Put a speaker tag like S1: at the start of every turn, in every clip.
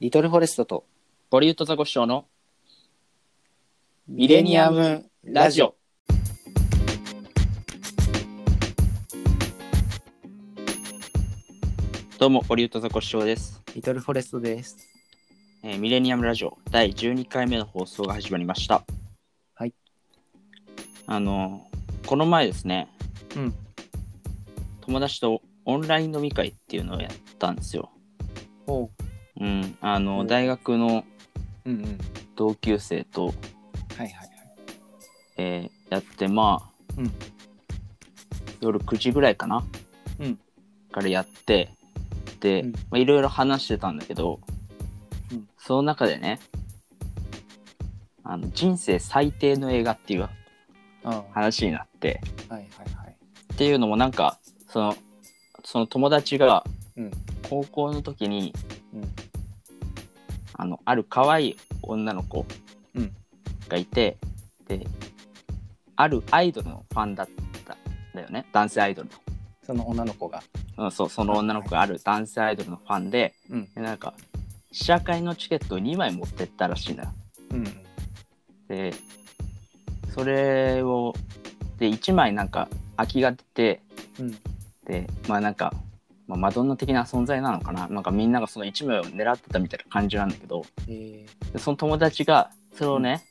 S1: リトルフォレストと
S2: ボリュッドザコシショウのミレニアムラジオ。どうも、ボリュッドザコシショウです、
S1: リトルフォレストです
S2: えーミレニアムラジオ第12回目の放送が始まりました。
S1: はい。
S2: あのー、この前ですね、
S1: うん。
S2: 友達とオンライン飲み会っていうのをやったんですよ。
S1: おう
S2: うん。あの
S1: う
S2: ー、
S1: ん
S2: 大学の
S1: うんうん
S2: 同級生と、
S1: はいはいはい
S2: えーやってまあ、
S1: うん
S2: 夜9時ぐらいかな、
S1: うん
S2: からやってで、
S1: うん
S2: まあ、いろいろ話してたんだけど、
S1: うん
S2: その中でねあの人生最低の映画っていう
S1: ああ
S2: 話になって
S1: はいはいはい
S2: っていうのもなんかそのその友達が
S1: うん
S2: 高校の時に、
S1: うん
S2: あのある可愛い女の子
S1: うん
S2: がいて、であるアイドルのファンだったんだよね男性アイドル
S1: その女の子が
S2: の、うん、そうその女の子がある男性アイドルのファンで
S1: うん
S2: でなんか試写会のチケットを2枚持ってったらしいんだよ
S1: うん
S2: でそれをで1枚なんか空きが出て
S1: うん
S2: でまあなんか、まあ、マドンナ的な存在なのかななんかみんながその一枚を狙ってたみたいな感じなんだけど
S1: え
S2: でその友達がそれをね、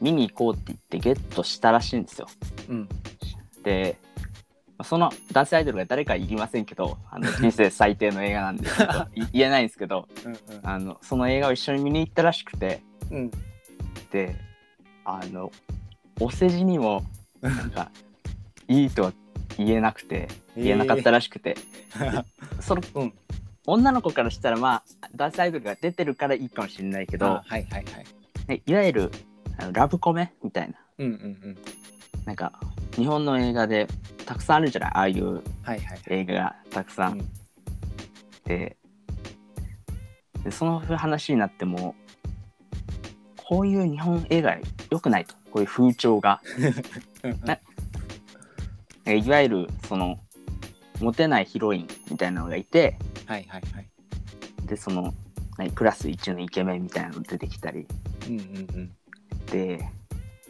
S2: 見に行こうって言ってゲットしたらしいんですよ
S1: ー、うん
S2: でまあその男性アイドルが誰か言いませんけど あの人生最低の映画なんでちょっとい言えないんですけど
S1: うん
S2: あのその映画を一緒に見に行ったらしくて
S1: うんうん
S2: であのお世辞にも なんかいいとは言えなくて言えなかったらしくて、その
S1: うん
S2: 女の子からしたらまあ男性アイドルが出てるからいいかもしれないけど
S1: あ、はいはいはい
S2: ねいわゆるあのラブコメみたいな
S1: うんうんうん
S2: なんか日本の映画でたくさんあるじゃないああいう
S1: はいはいはい
S2: 映画がたくさん、
S1: うん
S2: ででその話になってもこういう日本映画良くないとこういう風潮が
S1: うんうん
S2: なえいわゆるそのモテないヒロインみたいなのがいて
S1: はいはいはい
S2: でその何クラス一のイケメンみたいなの出てきたり
S1: うんうん
S2: で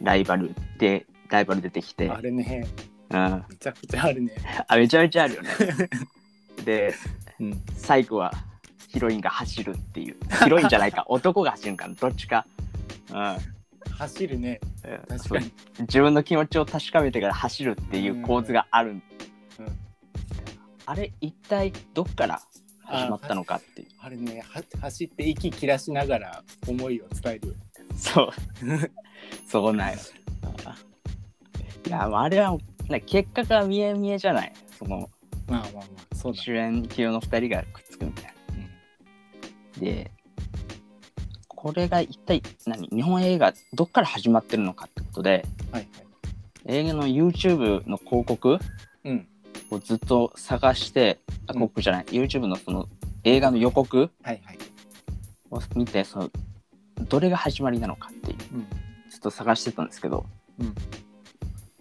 S2: ライバルでライバル出てき
S1: う
S2: て
S1: んあれね
S2: うん、あ
S1: めちゃくちゃあるね
S2: めちゃめちゃあ るよねで
S1: うん
S2: 最後はヒロインが走るっていうヒロインじゃない か男が走るんかなどっちか、うん
S1: 走るね
S2: うん、
S1: 確かに
S2: そう自分の気持ちを確かめてから走るっていう構図がある、
S1: うんうん
S2: あれ一体どっから始まったのかっていう
S1: あれねは走って息切らしながら思いを伝えるよ
S2: そう そうなんよいやあれはね結果が見え見えじゃないその
S1: まあまあまあそうだね
S2: 主演級の2人がくっつくみたいなでこれが一体何日本映画どっから始まってるのかってことで
S1: うんはいはい
S2: 映画の YouTube の広告
S1: うん
S2: をずっと探してあ
S1: うん
S2: 広告じゃない、YouTube のその映画の予告
S1: はいはい
S2: を見てそのどれが始まりなのかっていう
S1: うん
S2: ずっと探してたんですけど、
S1: うん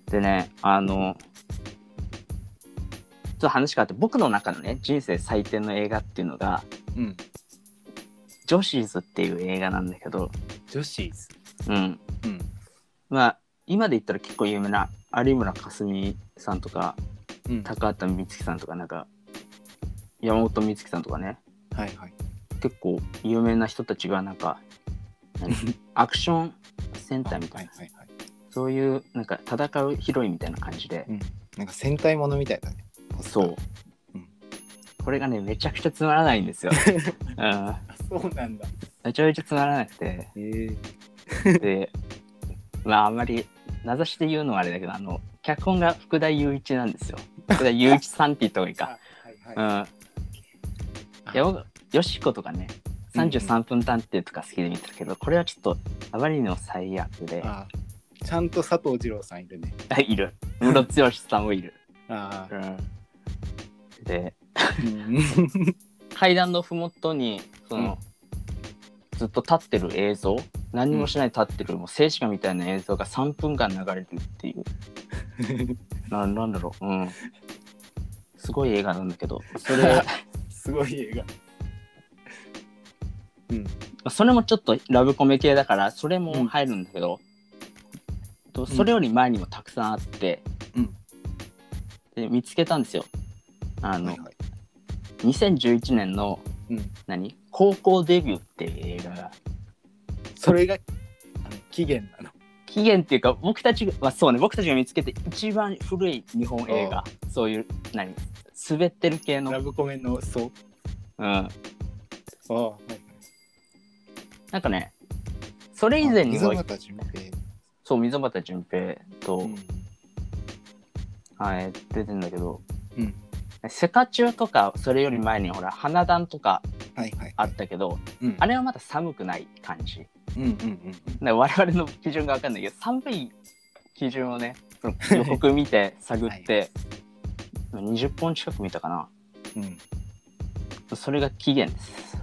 S2: でねあのちょっと話変わって僕の中のね人生最低の映画っていうのが
S1: うん
S2: 「ジョシーズ」っていう映画なんだけど、
S1: 女子です
S2: うん、
S1: うん
S2: まあ今で言ったら結構有名な有村架純さんとか
S1: うんは
S2: 高畑充希さんとかなんか山本美月さんとかね
S1: いはい
S2: 結構有名な人たちがなんか何アクションセンターみたいな
S1: はいはいはい
S2: そういうなんか戦うヒロインみたいな感じで、
S1: なんか戦隊ものみたいだね
S2: そう、
S1: うん
S2: これがねめちゃくちゃつまらない んですよ、うん、
S1: あそうなんだ
S2: めちゃめちゃつまらなくて
S1: へえ
S2: でまああんまり名指しで言うのはあれだけどあの脚本が福田雄一なんですよ福田雄一さんって言った方がいいか、
S1: はいは
S2: う
S1: い
S2: ん、よよしことかね33分探偵とか好きで見てるけど、これはちょっとあまりにも最悪で
S1: あちゃんと佐藤二郎さんいるね
S2: いるムロツヨシさんもいる、
S1: ああ
S2: で
S1: うん
S2: 階段のふもとにその、ずっと立ってる映像何もしないで立ってる、もう静止画みたいな映像が3分間流れるっていうななんだろう、うん、すごい映画なんだけどそれ
S1: すごい映画うん
S2: まあそれもちょっとラブコメ系だからそれも入るんだけど、とそれより前にもたくさんあって、
S1: うん
S2: で見つけたんですよあの、
S1: はいはい
S2: 2011年の
S1: うん
S2: 何高校デビューっていう映画が
S1: それがあの起源なの
S2: 起源っていうか僕たちが、まあ、そうね僕たちが見つけて一番古い日本映画そういう何滑ってる系
S1: ラ
S2: の、
S1: ブコメのそう
S2: うん、
S1: ああ、はい、
S2: なんかねそれ以前に
S1: 溝
S2: も
S1: 端淳平
S2: そう溝端淳平と、
S1: うん
S2: はい、出てんだけど、
S1: うん
S2: セカチュウとかそれより前にほら花壇とか
S1: はいはい
S2: あったけど、
S1: うん
S2: あれはまだ寒くない感じだか
S1: うんうんうんうん
S2: ら我々の基準が分かんないけど寒い基準をねその予告見て探って、20本近く見たかな
S1: うん、
S2: それが期 限です、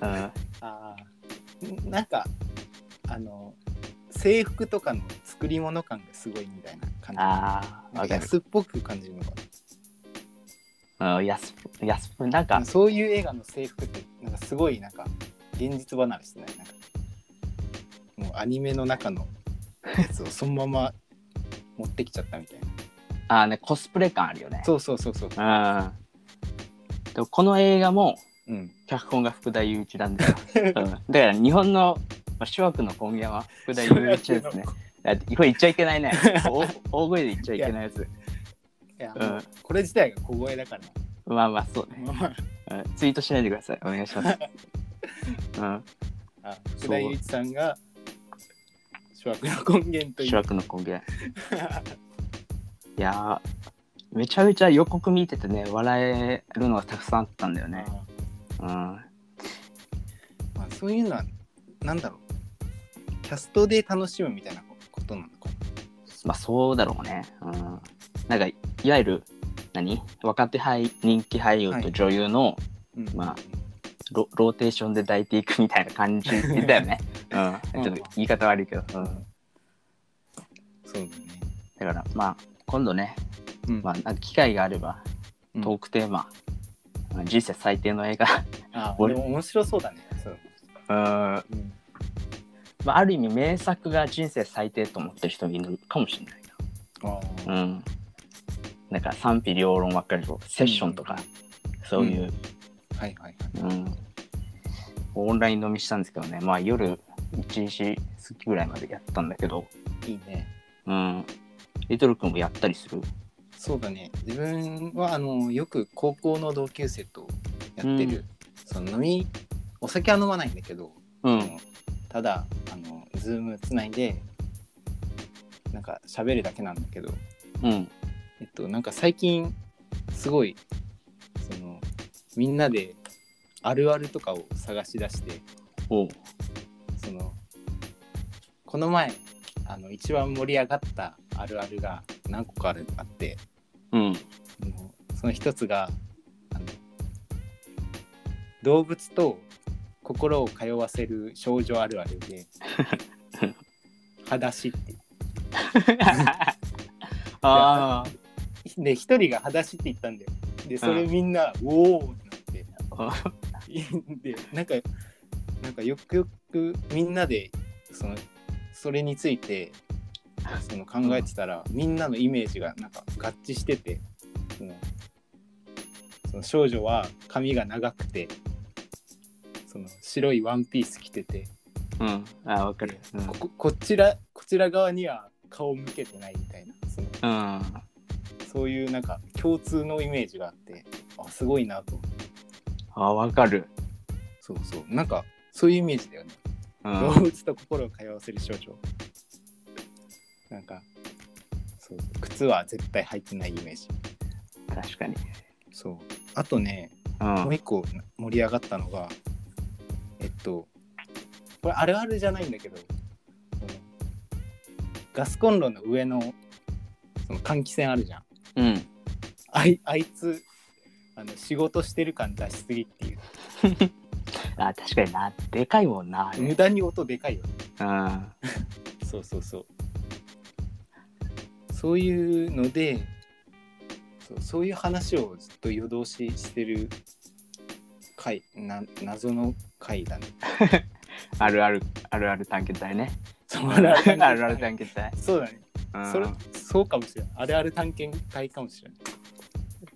S2: うん
S1: ああなんかあの制服とかの作り物感がすごいみたいな感じ
S2: ああ
S1: なんか
S2: 分かる
S1: 安っぽく感じるのかな
S2: うん安っぽ安っぽいなんか、
S1: そういう映画の制服ってなんかすごいなんか現実離れしてないなんかもうアニメの中のやつをそのまま持ってきちゃったみたいな
S2: ああねコスプレ感あるよね
S1: そうそうそうそう
S2: うんでもこの映画も
S1: うん
S2: 脚本が福田雄一なんだよ、うん、だから日本のまあ諸悪の根源は福田雄一ですねだってこれ言っちゃいけな いね大大声で言っちゃいけないやつ
S1: いや、
S2: うん
S1: もうこれ自体が小声だから
S2: まあまあそうね、
S1: まあまあ
S2: うんツイートしないでくださいお願いし ます、うん、
S1: あ福田雄一さんが諸悪の根源とい
S2: 諸
S1: う
S2: 悪の根源いやーめちゃめちゃ予告見ててね笑えるのがたくさんあったんだよね、
S1: あ
S2: うん、
S1: ーまあ、そういうのはなんだろうキャストで楽しむみたいなことなのか
S2: まあそうだろうね。うん。なんか、いわゆる、何若手俳人気俳優と女優の、
S1: な、うん
S2: まあロローテーションで抱いていくみたいな感じだよね。 うん。ちょっと言い方悪いけど。うん。
S1: そうだね、
S2: だから、まあ、今度ね、
S1: うん
S2: まあ、なんか機会があれば、
S1: うん
S2: トークテーマ、うん人生最低の映
S1: あー
S2: 俺
S1: でも面白そうだねそう、
S2: 画、うん
S1: うん、
S2: まあ、ある意味名作が人生最低と思ってる人もいるかもしれない
S1: あー
S2: な。うん。なんか賛否両論ばっかりと、セッションとか、そういう、
S1: はいはいはい
S2: うん、オンライン飲みしたんですけどね、まあ、夜1時過ぎぐらいまでやったんだけど、
S1: いいね。
S2: うん、リトル君もやったりする
S1: そうだね。自分はあのよく高校の同級生とやってる、
S2: う
S1: その飲みお酒は飲まないんだけど、
S2: う
S1: あのただあのズームつないでなんか喋るだけなんだけど、
S2: うん
S1: えっとなんか最近すごいそのみんなであるあるとかを探し出して、
S2: おう
S1: そのこの前あの一番盛り上がったあるあるが何個かあるあって。
S2: うん
S1: あのその一つがあの動物と心を通わせる少女あるあるで裸足っていう
S2: あ
S1: で一人が裸足って言ったんだよでそれみんな、おおってなって でなんかなんかよくよくみんなでそのそれについてその考えてたら、みんなのイメージがなんか合致しててそのその少女は髪が長くてその白いワンピース着てて、
S2: あうんああわかるうん、うん
S1: こここちらこちら側には顔を向けてないみたいなその
S2: あ
S1: そういうなんか共通のイメージがあってあすごいなと思って
S2: あわかる、
S1: そうそうなんかそういうイメージだよね、
S2: う
S1: 動
S2: ん、
S1: 物と心を通わせる少女なんかそうそう靴は絶対履いてないイメージ
S2: 確かに、
S1: そうあとね
S2: う、
S1: もうん一個盛り上がったのがえっとこれあるあるじゃないんだけどそのガスコンロの上のその換気扇あるじゃん
S2: うん、
S1: あいあいつあの仕事してる感出しすぎっていう
S2: あ確かになでかいもんなあ れ、
S1: 無駄に音でかいよね
S2: うん
S1: そうそうそうそういうのでそうそういう話をずっと夜通ししてる回な謎の回だね。
S2: あるあるあるある探検隊ね
S1: そう
S2: ある
S1: あ
S2: ある探検隊、
S1: そうだね。
S2: うん、
S1: それそうかもしれない。あれある探検会かもしれない。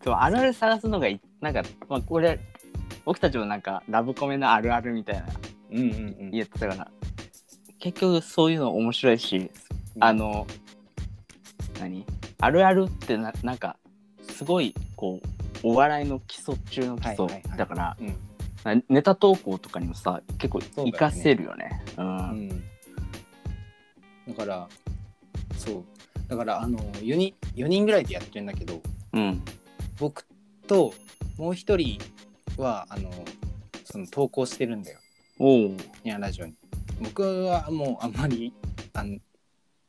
S2: そうあるある探すのがいなんか、まあ、これ僕たちもなんかラブコメのあるあるみたいな
S1: うんうんうん。
S2: 言ってたから結局そういうの面白いしあの何あるあるってななんかすごいこうお笑いの基礎中の基礎
S1: はいはいはい
S2: だから
S1: うん、
S2: なネタ投稿とかにもさ結構
S1: だよね
S2: 活かせるよね。う
S1: うんん。だから、そう。だから、あの、4人、4人ぐらいでやってるんだけど、
S2: うん
S1: 僕ともう一人は、あの、その投稿してるんだよ。
S2: おう
S1: ニャンラジオに。僕はもうあんまり、あの、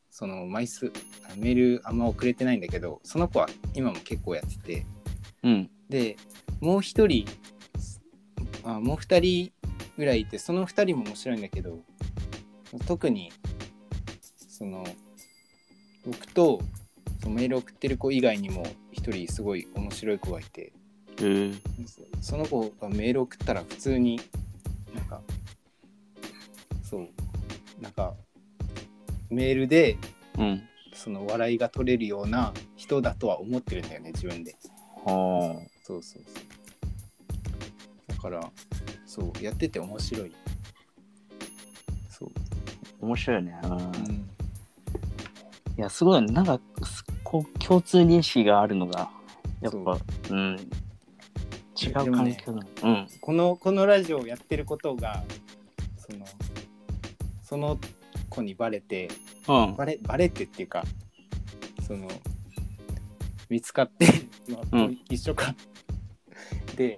S1: その枚数、あメールあんま送れてないんだけど、その子は今も結構やってて、
S2: うん
S1: でもう一人あもう二人ぐらいいてその二人も面白いんだけど特にその僕とそのメール送ってる子以外にも一人すごい面白い子がいて
S2: えー
S1: そその子がメール送ったら普通になんかそうなんかメールで
S2: うん
S1: その笑いが取れるような人だとは思ってるんだよね自分で。
S2: は
S1: そうそうそう。だから、そう、やってて面白い。そう。
S2: あ面白いよね。うん
S1: うん、
S2: いやすごいなんかすこう共通認識があるのがやっ
S1: そ
S2: ぱうん違う
S1: でも
S2: 環
S1: ね
S2: 境なの。うん
S1: この、このラジオをやってることが、その、その子にバレて、
S2: うん
S1: バレ、バレてっていうか、その、見つかって、まあ
S2: うん
S1: 一緒か。で、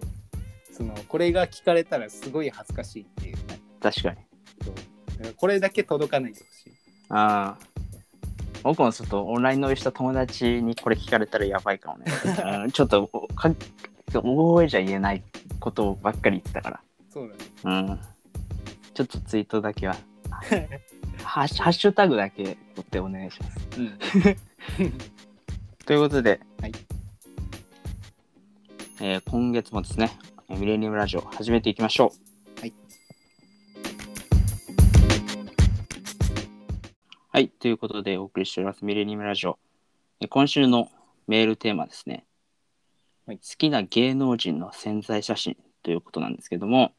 S1: その、これが聞かれたらすごい恥ずかしいっていう。
S2: 確かに。
S1: そうだからこれだけ届かないでほしい。
S2: ああ。僕もちょっとオンラインのした友達にこれ聞かれたらやばいかもね。うんちょっとか大声じゃ言えないことばっかり言ってたか
S1: そうだね。
S2: ら。うん。ちょっとツイートだけは。ハッシュハッシュタグだけ取ってお願いします。
S1: うん。
S2: ということで、
S1: はい
S2: えー今月もですね、えーミレニアムラジオ始めていきましょう。
S1: はい。
S2: はい、ということでお送りしておりますミレニアムラジオ。えー今週のメールテーマですね、
S1: はい
S2: 好きな芸能人の潜在写真ということなんですけども、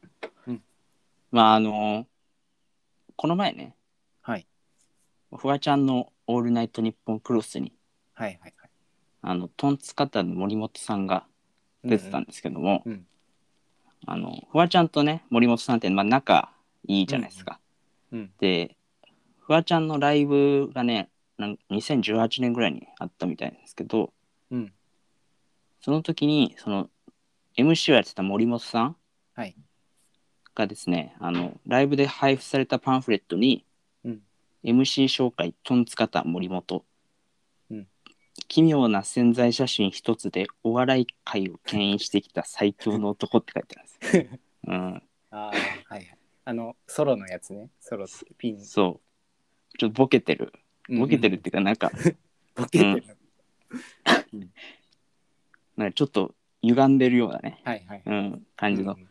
S1: うん
S2: まああのーこの前ね、
S1: はい。
S2: フワちゃんの「オールナイトニッポンクロス」に
S1: はいはいはい。
S2: あのトンツカタンの森本さんが出てたんですけども、
S1: うんうん
S2: あのフワちゃんとね森本さんって、まあ、仲いいじゃないですか。
S1: うんうんうん
S2: でフワちゃんのライブがねなん2018年ぐらいにあったみたいなんですけど
S1: うん。
S2: その時にその MC をやってた森本さん
S1: はい
S2: がですね、あのライブで配布されたパンフレットに
S1: うん
S2: MC 紹介トンツカタン森本、
S1: うん
S2: 奇妙な潜在写真一つでお笑い界を牽引してきた最強の男って書いてある んですよ、うん、
S1: ああ、はいはい。あの、ソロのやつね。ソロってピン。
S2: そうちょっとボケてるボケてるっ。ていうかなんか,、
S1: ボケてる。
S2: なんかちょっと歪んでるようなね、
S1: はいはい。
S2: うん、感じの、
S1: うん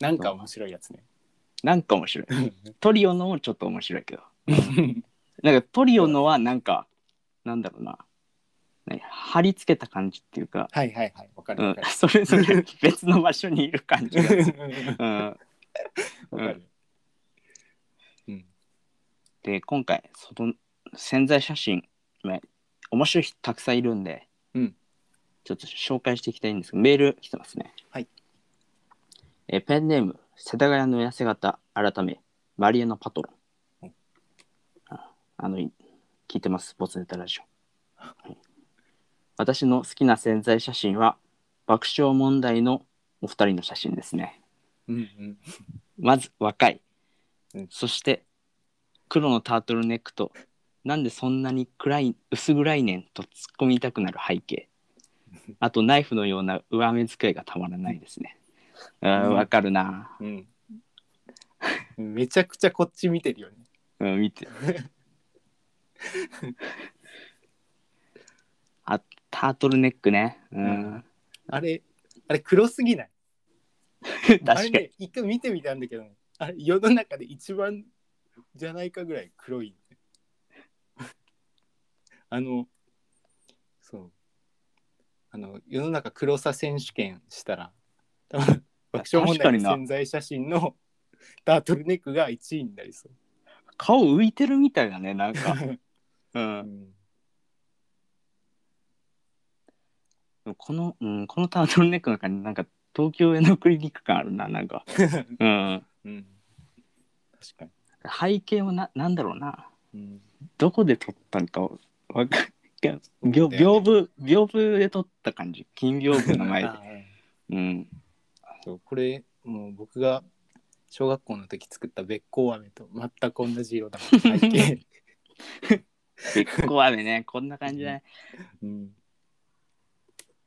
S1: なんか面白いやつね。
S2: なんか面白いトリオのもちょっと面白いけど
S1: うん
S2: なんかトリオのはなんかなんだろうなね貼り付けた感じっていうか、
S1: はいはいはい。わかる
S2: う
S1: わ
S2: ん
S1: かる、
S2: それぞれ別の場所にいる感じがする、 うん、
S1: わかる。うん。
S2: で今回その潜在写真、まあ、面白い人たくさんいるんで、
S1: うん
S2: ちょっと紹介していきたいんですけどメール来てますね
S1: はい
S2: えーペンネーム世田谷の痩せ型改めマリエのパトロン、ああのい聞いてますボツネタラジオ、はい私の好きな潜在写真は爆笑問題のお二人の写真ですね
S1: うんうん。
S2: まず若い、
S1: うん
S2: そして黒のタートルネックとなんでそんなに暗い薄暗いねんと突っ込みたくなる背景あとナイフのような上目遣いがたまらないですねあー
S1: うん
S2: わかるな、
S1: うん。めちゃくちゃこっち見てるよね。
S2: うん、見 てあタートルネックねうん、
S1: あれ、あれ黒すぎない
S2: 確か
S1: あれ
S2: に。
S1: ね一回見てみたんだけどあれ世の中で一番じゃないかぐらい黒い あのそうあの世の中黒さ選手権したら多分爆笑問
S2: 確か
S1: 題
S2: に
S1: の
S2: な
S1: 潜在写真の タートルネックが1位になりそう、
S2: 顔浮いてるみたいだね、なんか。う。
S1: うんん
S2: でもこの、うん、このタートルネックの中になんか、東京へのクリニック感あるな、な んか。うん。
S1: うん、確か
S2: 背景はな、なんだろうな。
S1: に、うん
S2: どこで撮ったんかをわかん
S1: うだ
S2: びょ
S1: よね
S2: 屏風、屏風で撮った感じ。金屏風の 前で
S1: あ。ー
S2: うん。
S1: そうこれもう僕が小学校の時作ったべっこう飴と全く同じ色だもん 背景
S2: で、ここはね、こんな感じ だね。
S1: うん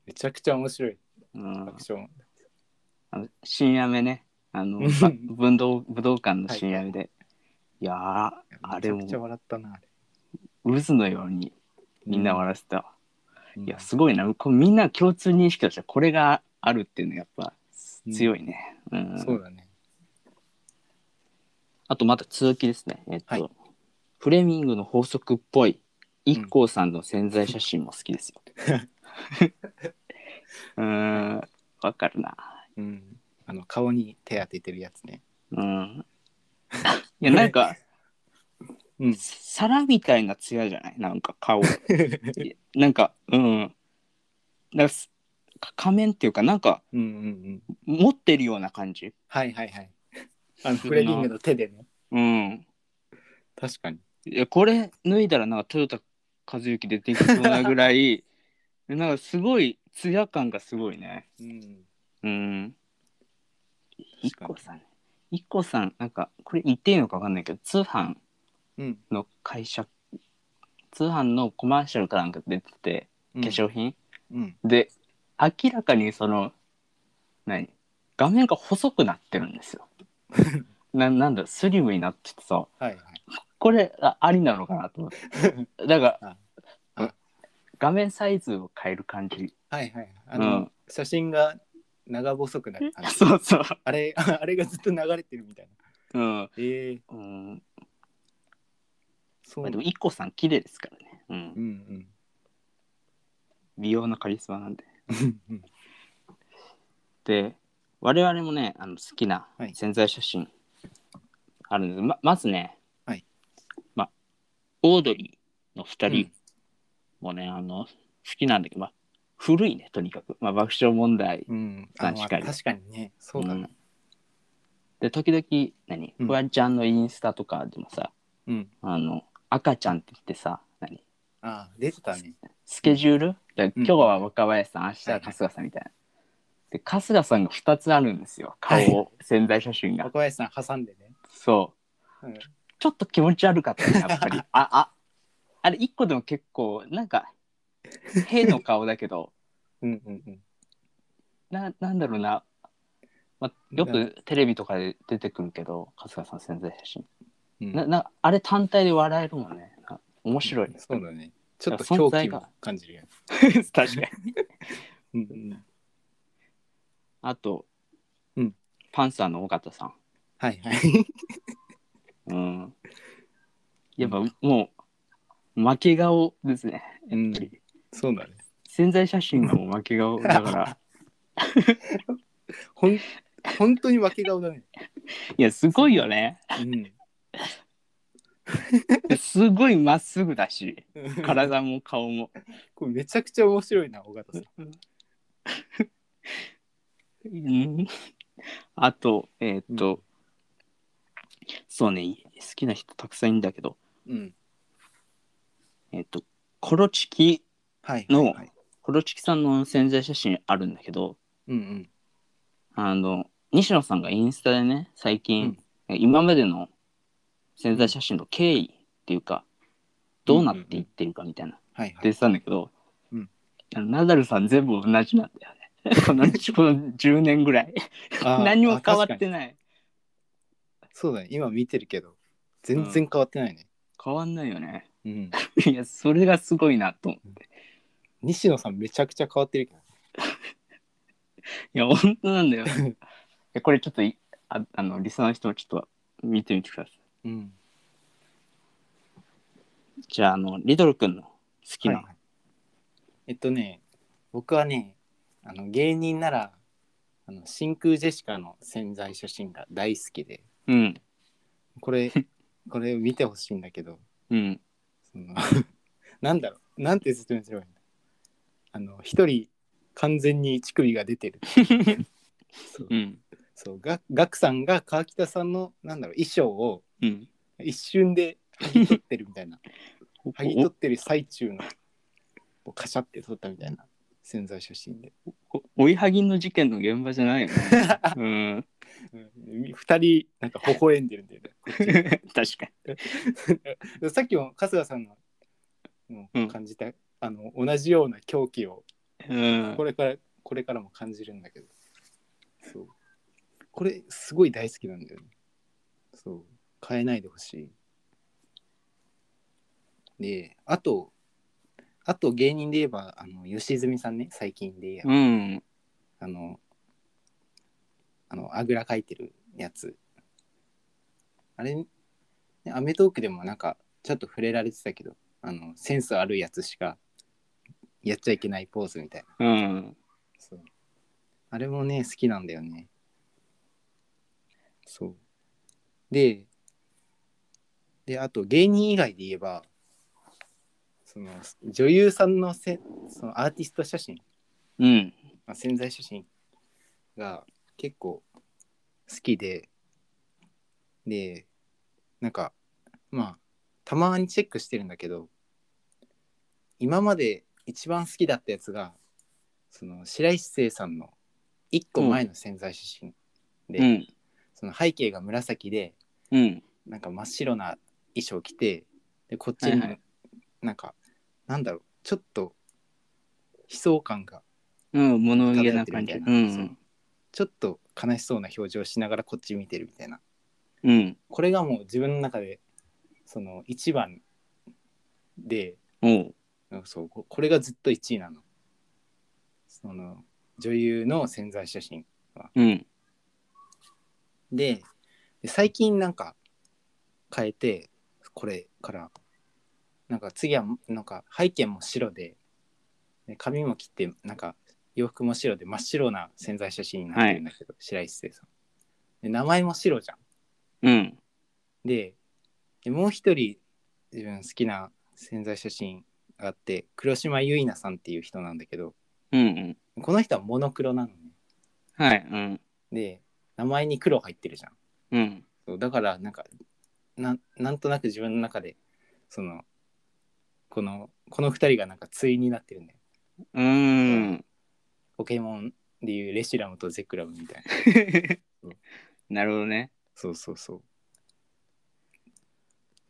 S1: めちゃくちゃ面白い
S2: うん
S1: ア。クション。
S2: あの新雨ねあの
S1: うん
S2: ば武道武道館の新雨で、い、やーあれ
S1: めちゃくちゃ
S2: も
S1: 笑ったな、あれ。
S2: 渦のようにみんな笑ってた、
S1: うん
S2: いやすごいなこうみんな共通認識としてこれがあるっていうのがやっぱ強いね、うん
S1: そうだね。
S2: あとまた続きですねえっと、
S1: はい
S2: フレミングの法則っぽい一 k さんの潜在写真も好きですよ うーんわかるな
S1: うん。あの、顔に手当ててるやつね。
S2: うんいやなんか。
S1: うん
S2: 皿みたいな艶じゃないなんか 顔なんかうんなんかすか仮面っていうかなんか
S1: うんうんうん。
S2: 持ってるような感じ
S1: はいはいはい。あの、フレディングの手でね。
S2: うん
S1: 確かに。
S2: いやこれ脱いだらなんか豊田和幸出てきそうなぐら いなんかすごい艶感がすごいね
S1: うん。
S2: うん一
S1: 確かに
S2: k さん一 k さんなんかこれ言っていいのか分かんないけど通販
S1: うん。
S2: の会社通販のコマーシャルかなんか出てて
S1: 化
S2: 化。粧品、
S1: うん。
S2: で明らかにその何画面が細くなってるんですよ ななんだスリムになっててさ
S1: はいはい。
S2: これあありなのかなと思ってだか
S1: あ
S2: ら
S1: あ
S2: 画面サイズを変える感じ
S1: はいはい。あの、
S2: うん
S1: 写真が長細くなる感じ。
S2: そうそう
S1: あれ、 あれがずっと流れてるみたいな。
S2: うん、
S1: ええ
S2: うん、
S1: そう
S2: まあ
S1: なんだ
S2: でも IKKO さん綺麗ですからね、うん
S1: う、ん
S2: 美容のカリスマなんで
S1: うん。
S2: で我々もねあの好きな
S1: はい
S2: 潜在写真あるんです、ままずね、
S1: はい
S2: ま、オードリーの2
S1: うん
S2: 人もね、あの好きなんだけど、ま、古いねとにかく、ま、爆笑問題
S1: うん。あの
S2: 確かに
S1: 確かにね。そうだな。
S2: で時々何
S1: うん
S2: フワちゃんのインスタとかでもさ、
S1: うん。
S2: あの赤ちゃんって言ってさ何
S1: ああ、出てたね。
S2: スケジュール、だから今日は若林さん、明日は春日さんみたいな。で春日さんが2つあるんですよ顔を、潜在写真が
S1: 若林さん挟んでね。
S2: そう
S1: うん
S2: ちょっと気持ち悪かったねや っぱりあああれ一個でも結構なんか兵の顔だけど
S1: うんうんうん。
S2: ななんだろうな、まあ、よ
S1: な
S2: くテレビとかで出てくるけど春日さん潜在写真
S1: うん
S2: ななあれ単体で笑えるもんねな面白 い
S1: そうだね。ちょっと
S2: 存
S1: 狂
S2: 在
S1: 気
S2: が
S1: も感じるやつ。
S2: 確かに
S1: うんうん、
S2: あと、
S1: うん
S2: パンサーの尾形さん
S1: はい はい。
S2: うんやっぱもう負け顔ですね
S1: うん
S2: やっぱり
S1: そうだね。
S2: 潜在写真がもう負け顔だから
S1: ほん本当に負け顔だね。
S2: いやすごいよね
S1: うん。
S2: すごいまっすぐだし体も顔も
S1: これめちゃくちゃ面白いな、尾形さん。
S2: うんあとえーっ、と、そうね好きな人たくさんいるんだけど
S1: うん。
S2: えーっ、とコロチキ
S1: はい。
S2: の
S1: はいはい
S2: コロチキさんの潜在写真あるんだけど
S1: うん
S2: あの西野さんがインスタでね最近
S1: ん、
S2: 今までの潜在写真の経緯っていうかどうなっていってるかみたいな
S1: はいはい。
S2: 出てたんだけど、
S1: うん
S2: あのナダルさん全部同じなんだよねこのこの10年ぐらい
S1: あー
S2: 何も変わ
S1: あ確
S2: っ
S1: か
S2: て
S1: に
S2: ない
S1: そうだね。今見てるけど、全然変わってないね。
S2: 変わんないよね
S1: うん。
S2: いやそれがすごいなと思って
S1: 西野さんめちゃくちゃ変わってるけど。
S2: いや本当なんだよいえこれちょっといああのリスナーの人もちょっと見てみてください
S1: うん。
S2: じゃああのリドル君の好きな、
S1: はいえっとね、僕はね、あの芸人なら、あの真空ジェシカの潜在写真が大好きで、
S2: うん
S1: こ れ、これ見てほしいんだけど、
S2: うん
S1: その なんだろう、なんて説明すればいいんだあの、一人、完全に乳首が出 てる。そう
S2: うん
S1: そうガガクさんが川北さんのなんだろう衣装を
S2: うん
S1: 一瞬で剥ぎ取ってるみたいな剥ぎ取ってる最中のをカシャって撮ったみたいな潜在写真で
S2: おお追いはぎの事件の現場じゃないよねうん
S1: うん二人なんか微笑んでるんだよねこっち
S2: 確かに
S1: でさっきも春日さんのもう
S2: うん
S1: 感じた、あの同じような狂気を
S2: うん
S1: これから、これからも感じるんだけどそうこれすごい大好きなんだよねそう変えないでほしいであとあと芸人で言えばあの吉住さんね最近で言えば、
S2: うん
S1: あのあのあぐらかいてるやつあれねアメトーークでもなんかちょっと触れられてたけどあのセンスあるやつしかやっちゃいけないポーズみたいな
S2: うん
S1: そうあれもね好きなんだよねそうでであと芸人以外で言えばその女優さんのせそのアーティスト写真、
S2: うん
S1: まあ、潜在写真が結構好きででなんかまあたまにチェックしてるんだけど今まで一番好きだったやつがその白石聖さんの1個前の潜在写真で、
S2: うん
S1: その背景が紫で
S2: うん
S1: なんか真っ白な衣装着てでこっち
S2: はいは
S1: になんか、なんだろうちょっと悲壮感が
S2: うん物憂げ
S1: 漂っ
S2: な
S1: てる
S2: 感
S1: み
S2: じ
S1: た
S2: う
S1: いな、そうんちょっと悲しそうな表情をしながらこっち見てるみたいな
S2: うん
S1: これがもう自分の中でその一番で
S2: おう
S1: うんそうここれがずっと1位なのその女優の潜在写真
S2: うん
S1: でで最近なんか変えてこれからなんか次はなんか背景も白でで髪も切ってなんか洋服も白で真っ白な潜在写真になってるんだけど、白石聖さんで名前も白じゃん
S2: うん
S1: ででもう一人自分好きな潜在写真があって黒島結菜さんっていう人なんだけど
S2: うんうん
S1: この人はモノクロなのね
S2: はいうん
S1: で名前に黒入ってるじゃん
S2: うん
S1: そうだからなんかなんなんとなく自分の中でそのこのこの二人がなんか対になってるんだよ
S2: うん
S1: ポケモンでいうレシラムとゼクラムみたいな
S2: なるほどね
S1: そうそうそう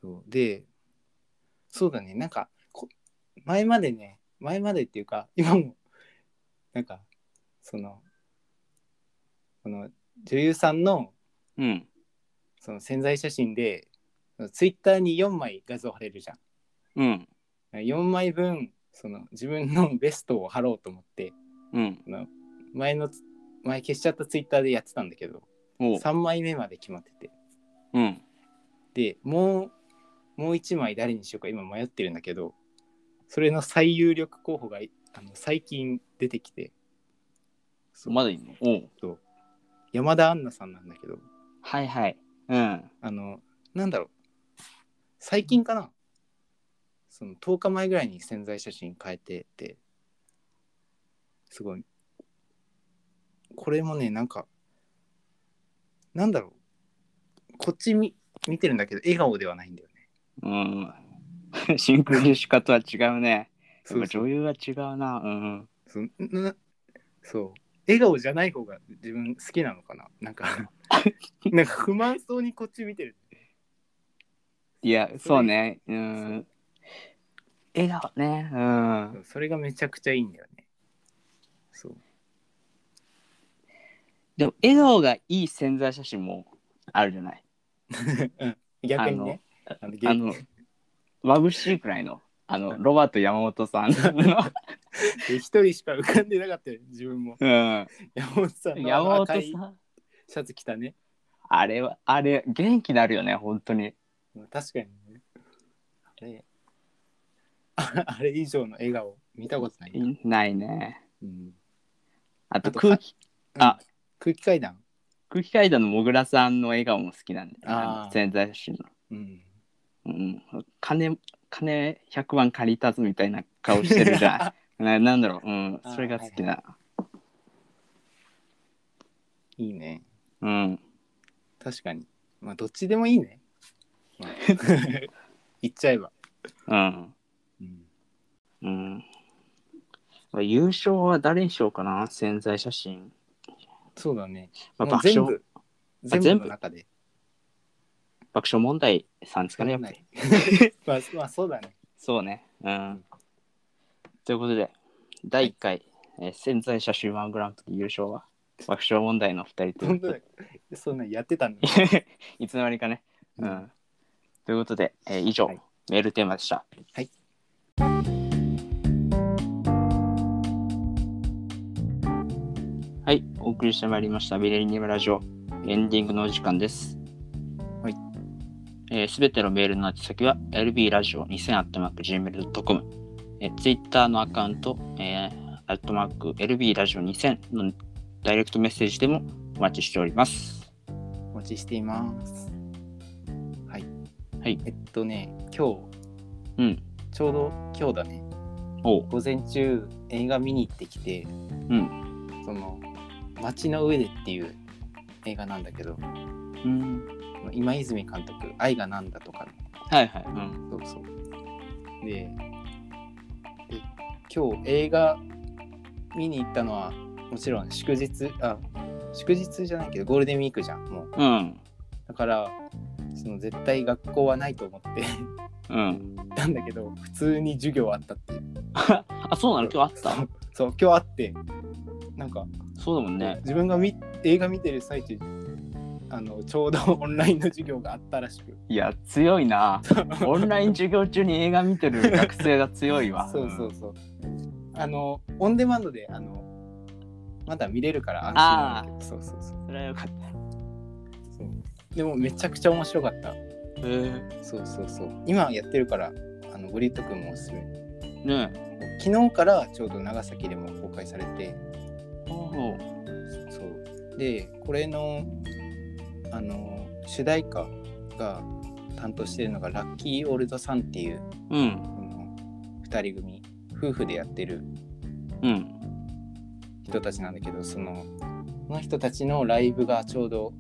S1: そうでそうだねなんかこ前までね前までっていうか今もなんかそのその女優さんの
S2: うん
S1: その潜在写真でツイッターに4枚画像貼れるじゃん
S2: うん
S1: 4枚分その自分の ベストを貼ろうと思って
S2: うん
S1: 前のつ前消しちゃったツイッターでやってたんだけど
S2: おう
S1: 3枚目まで決まってて
S2: うん
S1: でもうもう1枚誰にしようか今迷ってるんだけどそれの最有力候補がいあの最近出てきてそう
S2: まだいいのおう
S1: と山田杏奈さんなんだけど
S2: はいはいうん
S1: あのなんだろう最近かなその10日前ぐらいに潜在写真変えててすごいこれもねなんかなんだろうこっち見見てるんだけど笑顔ではないんだよね
S2: うん。 真空ジェシカとは違うね。やっぱ
S1: そう
S2: 女優は違うな。うん。
S1: そうなそう笑顔じゃない方が自分好きなのかななん かなんか不満そうにこっち見てる
S2: いや、そうね。う
S1: そ
S2: ん。笑顔ね。うん。
S1: それがめちゃくちゃいいんだよねそう
S2: でも、笑顔がいい潜在写真もあるじゃない。
S1: 逆にねあの
S2: あの、眩しいくらいの。あの、ロバート山本さ んの。
S1: で一人しか浮かんでなかったよ自分も
S2: うん。
S1: 山本さんの
S2: 山本
S1: 赤い
S2: さん。
S1: シャツ着たね。
S2: あれは、あれ、元気になるよね、本当に。
S1: まあ確かにね。あれ、ああれ以上の笑顔見たことないな。
S2: ないね。
S1: うん、
S2: あと
S1: あと
S2: 空気、あ
S1: 空気階段
S2: 空気階段のもぐらさんの笑顔も好きなんで、
S1: あー
S2: 潜在写真の。
S1: うん。
S2: うん、金、金100万借りたぞみたいな顔してるじゃん。 ななんだろう、うん、それが好きな。
S1: いいね。
S2: うん。
S1: 確かに。まあ、どっちでもいいね。 まあ言っちゃえば。
S2: うん。
S1: うん、
S2: うん。優勝は誰にしようかな潜在写真。
S1: そうだね。
S2: まあ、
S1: もう
S2: 爆
S1: 全
S2: 笑
S1: 部、全部
S2: 全部
S1: の中で。
S2: 爆笑問題さんですかね、やっぱり。
S1: まあ、まあ、そうだね。
S2: そうね。うん。ということで、第1回、えー潜在写真ワングランプリ優勝は、爆笑問題の2人とい
S1: 本
S2: うこと
S1: 当だ
S2: で
S1: よ。そんなんやってたんだ。
S2: いつの間にかね。うん。ということで、えー以上、
S1: はい
S2: メールテーマでした。
S1: はい。
S2: はい、お送りしてまいりました、ビレリニムラジオ、エンディングのお時間です。
S1: はい。
S2: す、べ、てのメールの宛先は、lb ラジオ 2000-gmail.com、えー、Twitter のアカウント、えー、アットマーク lb ラジオ2000のダイレクトメッセージでもお待ちしております。
S1: お待ちしています。はい。
S2: はい
S1: えっとね、今日、
S2: うん
S1: ちょうど今日だね。
S2: おう。
S1: 午前中、映画見に行ってきて、
S2: うん。
S1: その、街の上でっていう映画なんだけど、
S2: うん
S1: 今泉監督、愛がなんだとかの
S2: はいはい。うん。
S1: そうそう。で、で今日映画見に行ったのはもちろん祝日、あ、祝日じゃないけどゴールデンウィークじゃん、もう。
S2: うん。
S1: だから、その絶対学校はないと思って行
S2: うん。
S1: ったんだけど、普通に授業あったっていう。
S2: あ、そうなの今日あっ
S1: そう、今日あって、なんか、
S2: たそうだもんね。
S1: 自分が見映画見てる最中あのちょうど オンラインの授業があったらしく。
S2: いや、強いな。オンライン授業中に映画見てる学生が強い わ
S1: そうそうそうあのオンデマンドであのまだ見れるから安心なんだけどそうそうそう
S2: それはよかった。
S1: そうでもめちゃくちゃ面白かった
S2: へえ。
S1: そうそうそう今やってるからあのブリット君もおすすめ
S2: ねえ。
S1: 昨日からちょうど長崎でも公開されて
S2: おう
S1: そうでこれのあの主題歌が担当してるのがラッキー・オールド・さんっていう
S2: うん。
S1: あの2人組夫婦でやってる
S2: うん。
S1: 人たちなんだけどそのその人たちのライブがちょうど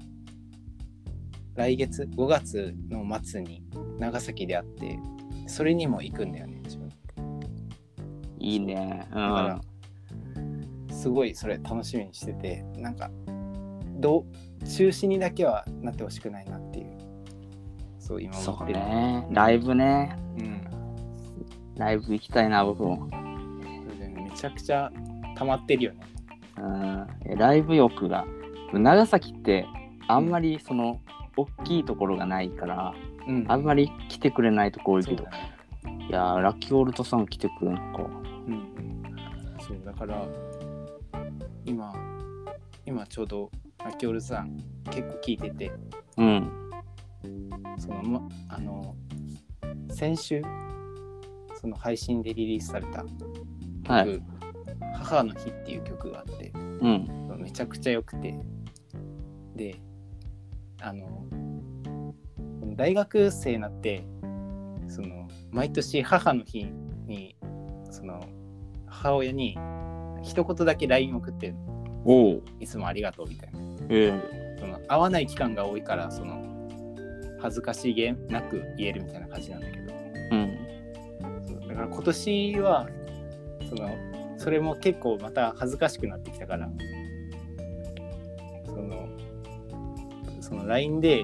S1: 来月5月の末に長崎であってそれにも行くんだよね自分
S2: いいね。う
S1: だか
S2: ん。
S1: らすごいそれ楽しみにしててなんかどう中止にだけはなってほしくないなっていうそう今思
S2: そ
S1: っ
S2: う
S1: てる
S2: ね。ライブね。
S1: うん
S2: ライブ行きたいな、僕も。
S1: それでめちゃくちゃ溜まってるよね
S2: うん。えライブ欲が。長崎って、あんまりその、大きいところがないから、
S1: うん
S2: あんまり来てくれないとこ多い
S1: そ
S2: け
S1: う
S2: ど
S1: だ。ね
S2: いやーラッキーオールドさん来てくれるのか。
S1: うんうん、そうだから今今ちょうどアキオルさん結構聞いてて
S2: うん。
S1: そのまあの先週その配信でリリースされた
S2: はい。
S1: 曲「母の日」っていう曲があって
S2: うん。
S1: めちゃくちゃ良くてであの大学生になってその毎年母の日にその母親に一言だけ LINE 送ってるの
S2: おお。
S1: いつもありがとうみたいな
S2: ええ
S1: その会わない期間が多いからその恥ずかしげなく言えるみたいな感じなんだけど
S2: うん。
S1: そうだから今年はそのそれも結構また恥ずかしくなってきたからそのその LINE で、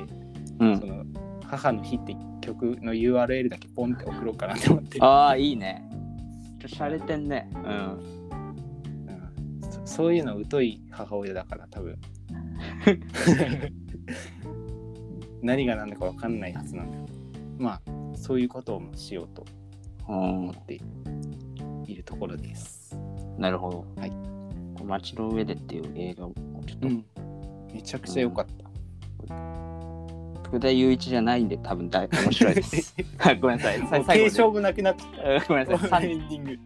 S2: う
S1: そ
S2: ん。
S1: の「母の日」って曲の URL だけポンって送ろうかなと思って、
S2: ああ、いいね。ちょっと洒落てんね。うん。
S1: うんそそういうの疎い母親だから多分 何が何だか分かんないはずなんだけどまあそういうこともしようと
S2: う
S1: 思
S2: ん。
S1: っているところです。
S2: なるほど。
S1: はい。
S2: 街の上でっていう映画をちょっと
S1: うんめちゃくちゃ良かった。
S2: 福田雄一じゃないんで多分大面白 いです。あ ごめんなさい。さ
S1: もう
S2: 最
S1: 継
S2: 後
S1: 承もなくなって
S2: でうんごめんな さい。
S1: た。エ
S2: 三
S1: ンディング。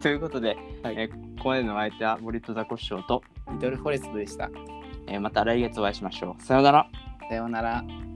S2: ということで、
S1: はい
S2: えーここまでのお相手は森戸ザコシショウと、
S1: リトルフォレストでした。
S2: えーまた来月お会いしましょう。さようなら。
S1: さようなら。